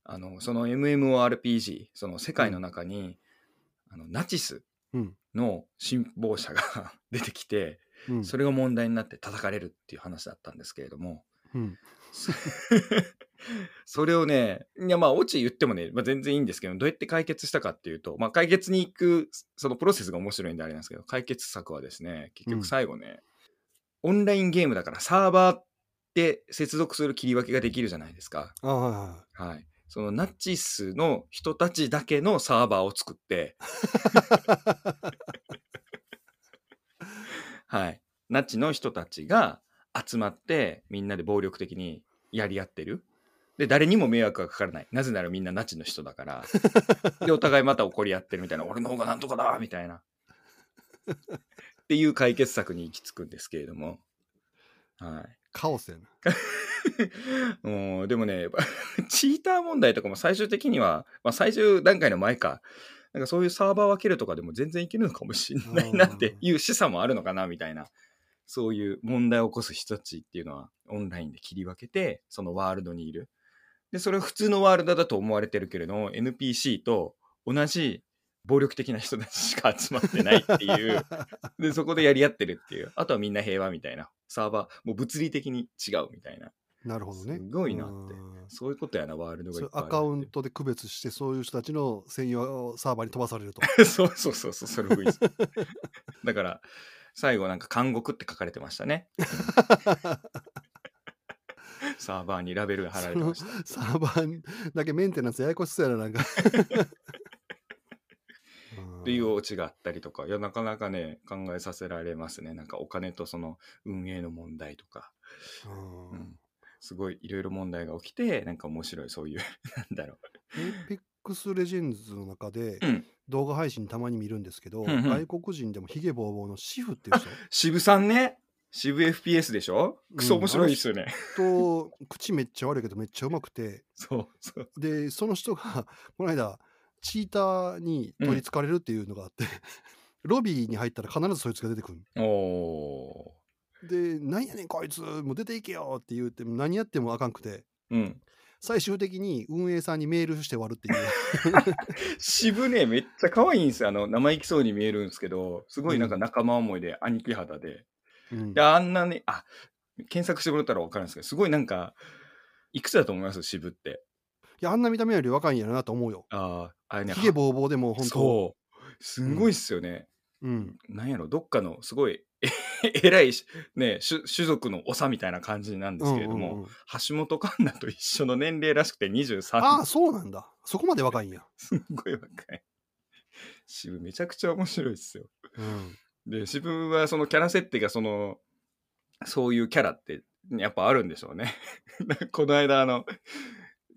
Speaker 2: あの、その MMORPG、その世界の中に、あのナチス
Speaker 1: うん
Speaker 2: の信奉者が [laughs] 出てきて、
Speaker 1: うん
Speaker 2: それが問題になって叩かれるっていう話だったんですけれども、
Speaker 1: うん
Speaker 2: そそれをね、いやまあ、オチ言ってもね、まあ、全然いいんですけど、どうやって解決したかっていうと、まあ、解決に行く、そのプロセスが面白いんであれなんですけど、解決策はですね、結
Speaker 1: うん
Speaker 2: 局最後ね、オンラインゲームだからサーバーって接続する切り分けができるじゃないですか。
Speaker 1: あはいは
Speaker 2: はい。そのナチスの人たちだけのサーバーを作って、はい。ナチの人たちが集まって、みんなで暴力的にやり合ってる。で、誰にも迷惑がかからない。なぜならみんなナチの人だから。で、お互いまた怒り合ってるみたいな、俺の方がなんとかだみたいな。っていう解決策に行き着くんですけれども。はい。
Speaker 1: カオスやな。
Speaker 2: [laughs] うんでもね、チーター問題とかも最終的には、まあ、最終段階の前か、なんかそういうサーバー分けるとかでも全然いけるのかもしれないなっていう示唆もあるのかなみたいな、そういう問題を起こす人たちっていうのは、オンラインで切り分けて、そのワールドにいる。で、それを普通のワールドだと思われてるけれども、NPC と同じ暴力的な人たちしか集まってないっていう。で、そこでやり合ってるっていう。あとはみんな平和みたいな。サーバー、もう物理的に違うみたいな。
Speaker 1: [laughs] なるほどね。
Speaker 2: すごいなって
Speaker 1: うん
Speaker 2: そういうことやな、ワールドが
Speaker 1: そ
Speaker 2: いっ
Speaker 1: れ
Speaker 2: ぱいあ
Speaker 1: ア
Speaker 2: るって
Speaker 1: カウントで区別して、そういう人たちの専用サーバーに飛ばされる
Speaker 2: [laughs]
Speaker 1: と。
Speaker 2: そうそうそうそう、それ多いです [laughs] だから、最後なんか監獄って書かれてましたね。 [laughs] サーバーにラベルが貼られてました。
Speaker 1: サーバーだけメンテナンスややこしそうやな、
Speaker 2: [laughs]
Speaker 1: なんか。っ
Speaker 2: っていうオチがあったりとか、いや、なかなかね、考えさせられますね。なんかお金とその運営の問題とか、
Speaker 1: うん
Speaker 2: うんすごいいろいろ問題が起きて、なんか面白い、そういう、 [laughs] なんだろ
Speaker 1: エイペックスレジェンズの中で
Speaker 2: う。うん。
Speaker 1: 動画配信たまに見るんですけど、
Speaker 2: うんうん
Speaker 1: 外国人でもヒゲボーボーのシフっていう
Speaker 2: 渋さんね、渋 FPS でしょクソ面白いですよね。
Speaker 1: 人と口めっちゃ悪いけどめっちゃうまくて
Speaker 2: そうそう。
Speaker 1: でその人が [laughs] この間チーターに取りつかれるっていうのがあって、 [laughs] ロビーに入ったら必ずそいつが出てくる
Speaker 2: お
Speaker 1: で「なんやねんこいつもう出ていけよ」って言っても何やってもあかんくて
Speaker 2: ー。うん。
Speaker 1: 最終的に運営さんにメールして終わるっていう [laughs]
Speaker 2: 渋ね、めっちゃ可愛いんですよ。あの、生意気そうに見えるんですけど、すごいなんか仲間思いで、兄貴肌で。
Speaker 1: うん
Speaker 2: で、あんなに、あ、検索してもらったら分かるんですけど、すごいなんか、いくつだと思います渋って。
Speaker 1: いやあんな見た目より若いんやろなと思うよ
Speaker 2: ああ、あれね、
Speaker 1: ヒゲボーボーでも本当
Speaker 2: そう。すんごいっすよね。
Speaker 1: うん
Speaker 2: なんやろ、どっかのすごい、え [laughs] 偉いし、ね、種種族の長みたいな感じなんですけれど
Speaker 1: う
Speaker 2: も、
Speaker 1: んうんうん
Speaker 2: 橋本環奈と一緒の年齢らしくて23
Speaker 1: ああそうなんだそこまで若いんや、
Speaker 2: すっごい若い。渋めちゃくちゃ面白いっすよ。
Speaker 1: うん
Speaker 2: で自分はそのキャラ設定がそのそういうキャラってやっぱあるんでしょうね [laughs] この間あの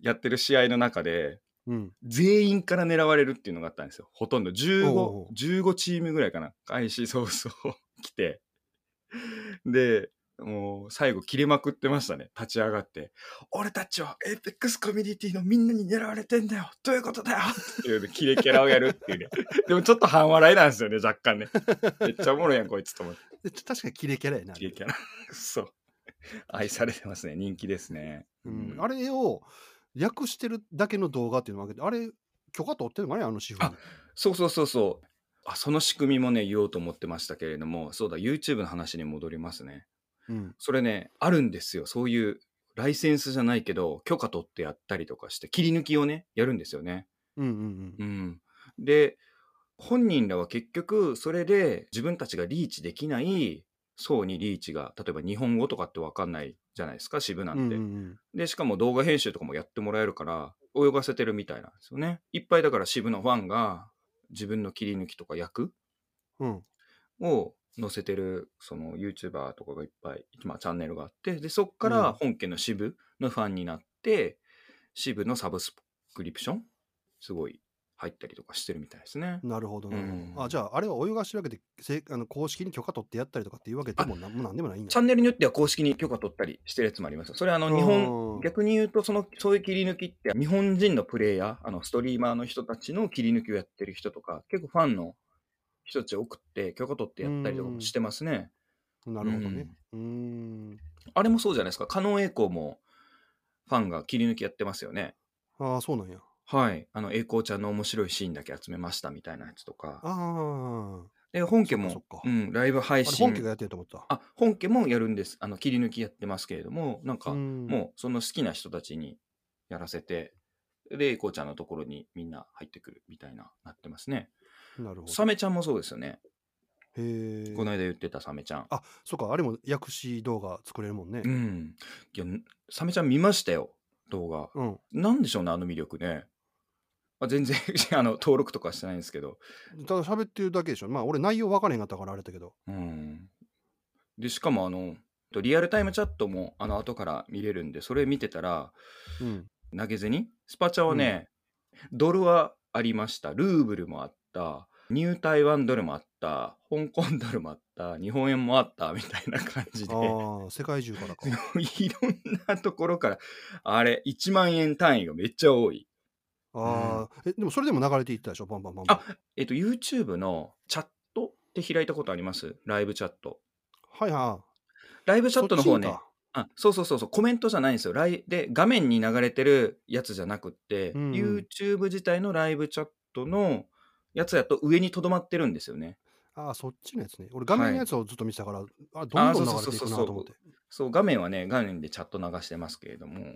Speaker 2: やってる試合の中で
Speaker 1: うん、
Speaker 2: 全員から狙われるっていうのがあったんですよほとんど
Speaker 1: おうおう
Speaker 2: 15, 15チームぐらいかな開始早々来て [laughs] でもう最後切れまくってましたね立ち上がって「俺たちはエイペックスコミュニティのみんなに狙われてんだよどういうことだよ!」っていうねキレキャラをやるっていうね [laughs] でもちょっと半笑いなんですよね若干ねめっちゃおもろいやんこいつと思って
Speaker 1: でち確かにキレキャラやな。
Speaker 2: キレキャ [laughs] ラそう愛されてますね人気ですね
Speaker 1: うん、あれを訳してるだけの動画っていうのもあるけど、あれ、許可取ってるのかね、あの師
Speaker 2: あそうそうそうそう。あその仕組みもね、言おうと思ってましたけれども、そうだ、YouTube の話に戻りますね。
Speaker 1: うん。
Speaker 2: それね、あるんですよ。そういうライセンスじゃないけど、許可取ってやったりとかして、切り抜きをね、やるんですよね。
Speaker 1: うんうん
Speaker 2: う。ん。で、本人らは結局、それで自分たちがリーチできない層にリーチが、例えば日本語とかって分かんないじゃないですか、渋な
Speaker 1: うんん
Speaker 2: て
Speaker 1: う。ん
Speaker 2: で、しかも動画編集とかもやってもらえるから、泳がせてるみたいなんですよね。いっぱいだから渋のファンが自分の切り抜きとか役
Speaker 1: うんうん。
Speaker 2: を載せてる、その YouTuber とかがいっぱい、まあチャンネルがあって、で、そっから本家の渋のファンになって、渋のサブスクリプションすごい入ったりとかしてるみたいですね。
Speaker 1: なるほどなるほど、
Speaker 2: うん
Speaker 1: あ、じゃあ、あれは泳がしてるわけで、せあの公式に許可取ってやったりとかっていうわけでもなんもなんでもないんや
Speaker 2: チャンネルによっては公式に許可取ったりしてるやつもありますよ。それあの日
Speaker 1: うん
Speaker 2: 本、逆に言うと、その、そういう切り抜きって、日本人のプレイヤー、あの、ストリーマーの人たちの切り抜きをやってる人とか、結構ファンの人たちを送って、許可取ってやったりとかもしてますね。
Speaker 1: なるほどね。うーん。
Speaker 2: あれもそうじゃないですか。加納栄光も、ファンが切り抜きやってますよね。
Speaker 1: ああ、そうなんや。
Speaker 2: はい。あの、栄光ちゃんの面白いシーンだけ集めましたみたいなやつとか。
Speaker 1: ああ。
Speaker 2: で、本
Speaker 1: そ
Speaker 2: 家
Speaker 1: っ
Speaker 2: も
Speaker 1: かそっ、か
Speaker 2: うん、ライブ配
Speaker 1: あれ
Speaker 2: 信。
Speaker 1: 本家がやってると思った。
Speaker 2: あ、本家もやるんです。あの、切り抜きやってますけれども、なんか、
Speaker 1: うん
Speaker 2: もうその好きな人たちにやらせて、で、エイコちゃんのところにみんな入ってくるみたいな、なってますね。
Speaker 1: なるほど。
Speaker 2: サメちゃんもそうですよね。
Speaker 1: へえ
Speaker 2: この間言ってたサメちゃん。
Speaker 1: あそうかあれも薬師動画作れるもんね
Speaker 2: うん。いや、サメちゃん見ましたよ、動画。
Speaker 1: うん、
Speaker 2: なんでしょうね、あの魅力ね。あ全然 [laughs] あの登録とかしてないんですけど。
Speaker 1: ただ喋ってるだけでしょまあ俺内容分からへんかったからあれだけど
Speaker 2: うん。で、しかも、あの、リアルタイムチャットもあの後から見れるんで、それ見てたら、
Speaker 1: うん
Speaker 2: 投げ銭スパチャはね、ドルはありました、ルーブルもあった、ニュー台湾ドルもあった、香港ドルもあった、日本円もあったみたいな感じで。
Speaker 1: ああ世界中からか
Speaker 2: いろんなところから、あれ、1万円単位がめっちゃ多い。
Speaker 1: ああ、えでもそれでも流れていったでしょバンバンバンバン
Speaker 2: あえっと、YouTube のチャットって開いたことありますライブチャット。
Speaker 1: はいは
Speaker 2: ライブ
Speaker 1: い
Speaker 2: チャットの
Speaker 1: そ
Speaker 2: 方
Speaker 1: っち
Speaker 2: ね。
Speaker 1: か
Speaker 2: あそうそうそうそう、コメントじゃないんですよ。ライで、画面に流れてるやつじゃなくって、
Speaker 1: うんうん
Speaker 2: YouTube 自体のライブチャットのやつやと上にとどまってるんですよね。
Speaker 1: ああそっちのやつね俺画面のやつをずっと見てたから、あどんどん流れていくなと思って
Speaker 2: そう、画面はね、画面でチャット流してますけれども、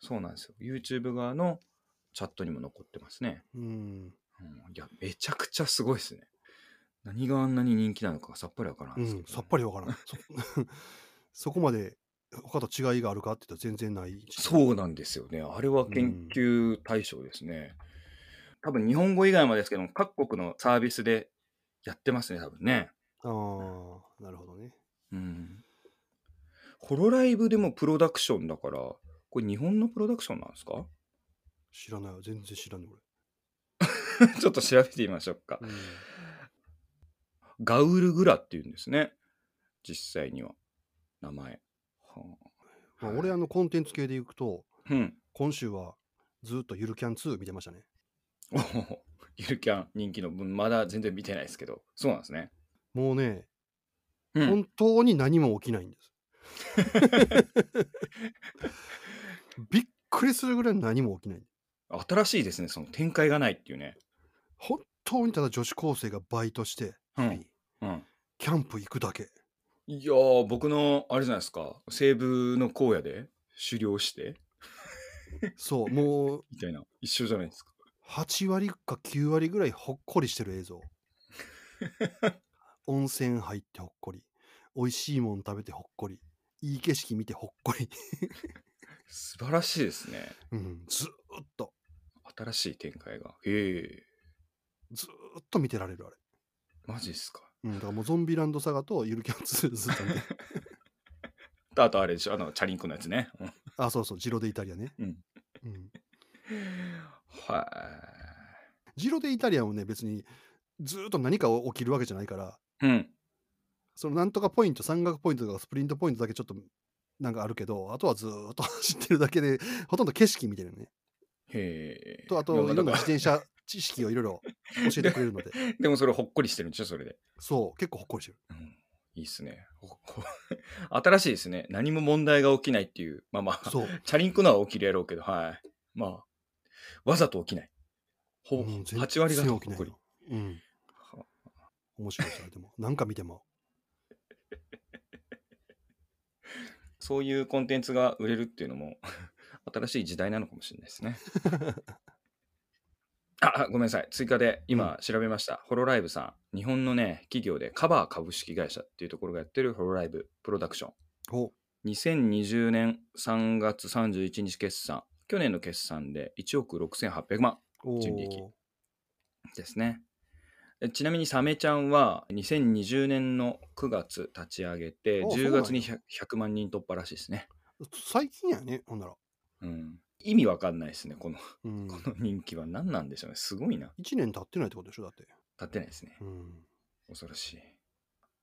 Speaker 2: そうなんですよ。YouTube 側のチャットにも残ってますね。
Speaker 1: うん
Speaker 2: うんいや、めちゃくちゃすごいですね。何があんなに人気なのかさっぱりわからん
Speaker 1: う
Speaker 2: ですけ
Speaker 1: ん
Speaker 2: ど、
Speaker 1: さっぱ
Speaker 2: り。
Speaker 1: りわからんそ [laughs] そこまで他と違いがあるかって言ったら全然ない
Speaker 2: そうなんですよね。あれは研究対象ですね。多分日本語以外もですけども、各国のサービスでやってますね、多分ね。
Speaker 1: ああなるほどね
Speaker 2: うん。ホロライブでもプロダクションだから、これ日本のプロダクションなんですか [laughs]
Speaker 1: 知らないわ全然知らない俺
Speaker 2: ちょっと調べてみましょうか。
Speaker 1: うん
Speaker 2: ガウルグラっていうんですね。実際には。名前。はあ
Speaker 1: まあ、俺あのコンテンツ系でいくと
Speaker 2: うん。
Speaker 1: 今週はずっとゆるキャン2見てましたね
Speaker 2: おお、ゆるキャン人気の分、まだ全然見てないですけど、そうなんですね。
Speaker 1: もうね、
Speaker 2: うん、
Speaker 1: 本当に何も起きないんです。びっくりするぐらい何も起きない。
Speaker 2: 新しいですね、その展開がないっていうね。
Speaker 1: 本当にただ女子高生がバイトして、
Speaker 2: うん。うん、
Speaker 1: キャンプ行くだけ。
Speaker 2: いやー、僕の、あれじゃないですか、西部の荒野で狩猟して、
Speaker 1: そう、もう
Speaker 2: みたいな、一緒じゃないですか。
Speaker 1: 8割か9割ぐらいほっこりしてる映
Speaker 2: [laughs]
Speaker 1: 像。温泉入ってほっこり。美味しいもん食べてほっこり。いい景色見てほっこり。 [laughs]
Speaker 2: 素晴らしいですね。
Speaker 1: うん、ずーっと、
Speaker 2: 新しい展開が。へえ、
Speaker 1: ずーっと見てられるあれ。
Speaker 2: マジっすか。
Speaker 1: うん、だからもうゾンビランドサガとゆるキャン2ずっと見てる。
Speaker 2: ああとあれでしょ、あの、チャリンコのやつね。うん
Speaker 1: あ、そうそう、ジロでイタリアね。
Speaker 2: うん
Speaker 1: うん
Speaker 2: は
Speaker 1: ジロでイタリアもね、別にずーっと何か起きるわけじゃないから、
Speaker 2: い。うん。
Speaker 1: そのなんとかポイント、山岳ポイントとかスプリントポイントだけちょっとなんかあるけど、あとはずーっと [laughs] 走ってるだけで、ほとんど景色見てるね。
Speaker 2: へえ。
Speaker 1: と、あと、
Speaker 2: いや
Speaker 1: いろんな
Speaker 2: だ
Speaker 1: 自
Speaker 2: から
Speaker 1: 転車知識をいろいろ教えてくれるの
Speaker 2: [laughs]
Speaker 1: で、
Speaker 2: でもそれほっこりしてるんでしょ、それで。
Speaker 1: そう、結構ほっこりしてる。
Speaker 2: うんいいっすね。ここ [laughs] 新しいですね。何も問題が起きないっていう。まあまあ、
Speaker 1: そう、
Speaker 2: チャリンコのは起きるやろうけど、はい。まあ、わざと起きない。ほぼ、
Speaker 1: うん全
Speaker 2: 8割が
Speaker 1: 然
Speaker 2: ほっ
Speaker 1: 起きない
Speaker 2: こり
Speaker 1: よ。。うん、面白いですね、でも。なんか見ても。
Speaker 2: そういうコンテンツが売れるっていうのも、 [laughs] 新しい時代なのかもしれないで
Speaker 1: [laughs]
Speaker 2: すね。あ、あごめんなさい。追加で今調べました。ホロライブさん。日本のね、企業でカバー株式会社っていうところがやってるホロライブプロダクション。
Speaker 1: お
Speaker 2: 2020年3月31日決算、去年の決算で1億6800万
Speaker 1: お
Speaker 2: 純利益
Speaker 1: ー
Speaker 2: ですね。でちなみにサメちゃんは2020年の9月立ち上げて、
Speaker 1: あそう
Speaker 2: 10
Speaker 1: なんや
Speaker 2: 月に 100, 100万人突破らしいですね。
Speaker 1: 最近やね、ほんなら。
Speaker 2: うん、意味わかんないですね、この [laughs]
Speaker 1: うん、
Speaker 2: この人気は何なんでしょうね。すごいな。
Speaker 1: 1年経ってないってことでしょ、だって。
Speaker 2: 立ってないですね。
Speaker 1: うん
Speaker 2: 恐ろしい。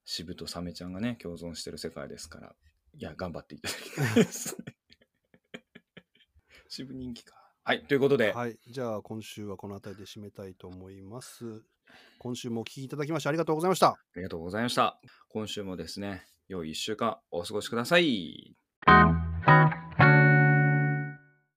Speaker 2: 渋とサメちゃんがね、共存してる世界ですから、いや、頑張っていただきたいですね。 [laughs] 渋人気か。はい、ということで、
Speaker 1: はい、じゃあ今週はこの辺りで締めたいと思います。今週もお聞きいただきましてありがとうございました。
Speaker 2: ありがとうございました。今週もですね、良い1週間お過ごしください。